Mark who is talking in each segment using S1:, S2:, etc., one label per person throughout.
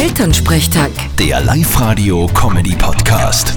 S1: Elternsprechtag.
S2: Der Live-Radio-Comedy-Podcast.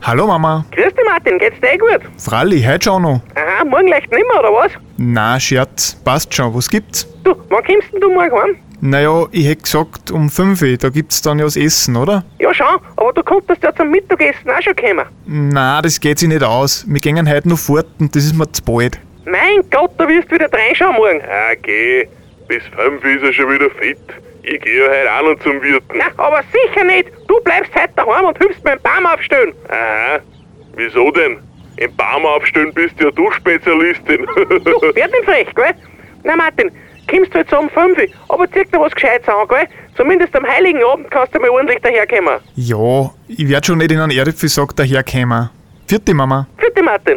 S3: Hallo Mama,
S4: Grüß dich, Martin. Geht's dir eh gut?
S3: Fralli, heute schon noch.
S4: Aha, morgen leicht nimmer, oder was?
S3: Na, Scherz, passt schon, was gibt's?
S4: Du, wann kommst denn du morgen heim?
S3: Naja, ich hätt gesagt, um 5 Uhr, da gibt's dann ja das Essen, oder?
S4: Ja, schon, aber du konntest ja zum Mittagessen auch schon kommen.
S3: Na, das geht sich nicht aus. Wir gingen heute noch fort und das ist mir zu bald.
S4: Mein Gott, du wirst wieder reinschauen morgen.
S5: Ah, geh. Bis fünf ist er schon wieder fit. Ich gehe heute auch noch zum Wirten.
S4: Na, aber sicher nicht. Du bleibst heute daheim und hilfst mir den Baum aufstellen.
S5: Aha. Wieso denn? Im Baum aufstellen bist ja du Spezialistin.
S4: Du, werd nicht frech, gell? Na, Martin, kommst du jetzt um 5 Uhr, aber zieh dir was Gescheites an, gell? Zumindest am Heiligen Abend kannst du mal ordentlich daherkommen.
S3: Ja, ich werd schon nicht in einen Erdäpfelsack daherkommen. Vierte Mama.
S4: Für dich, Martin.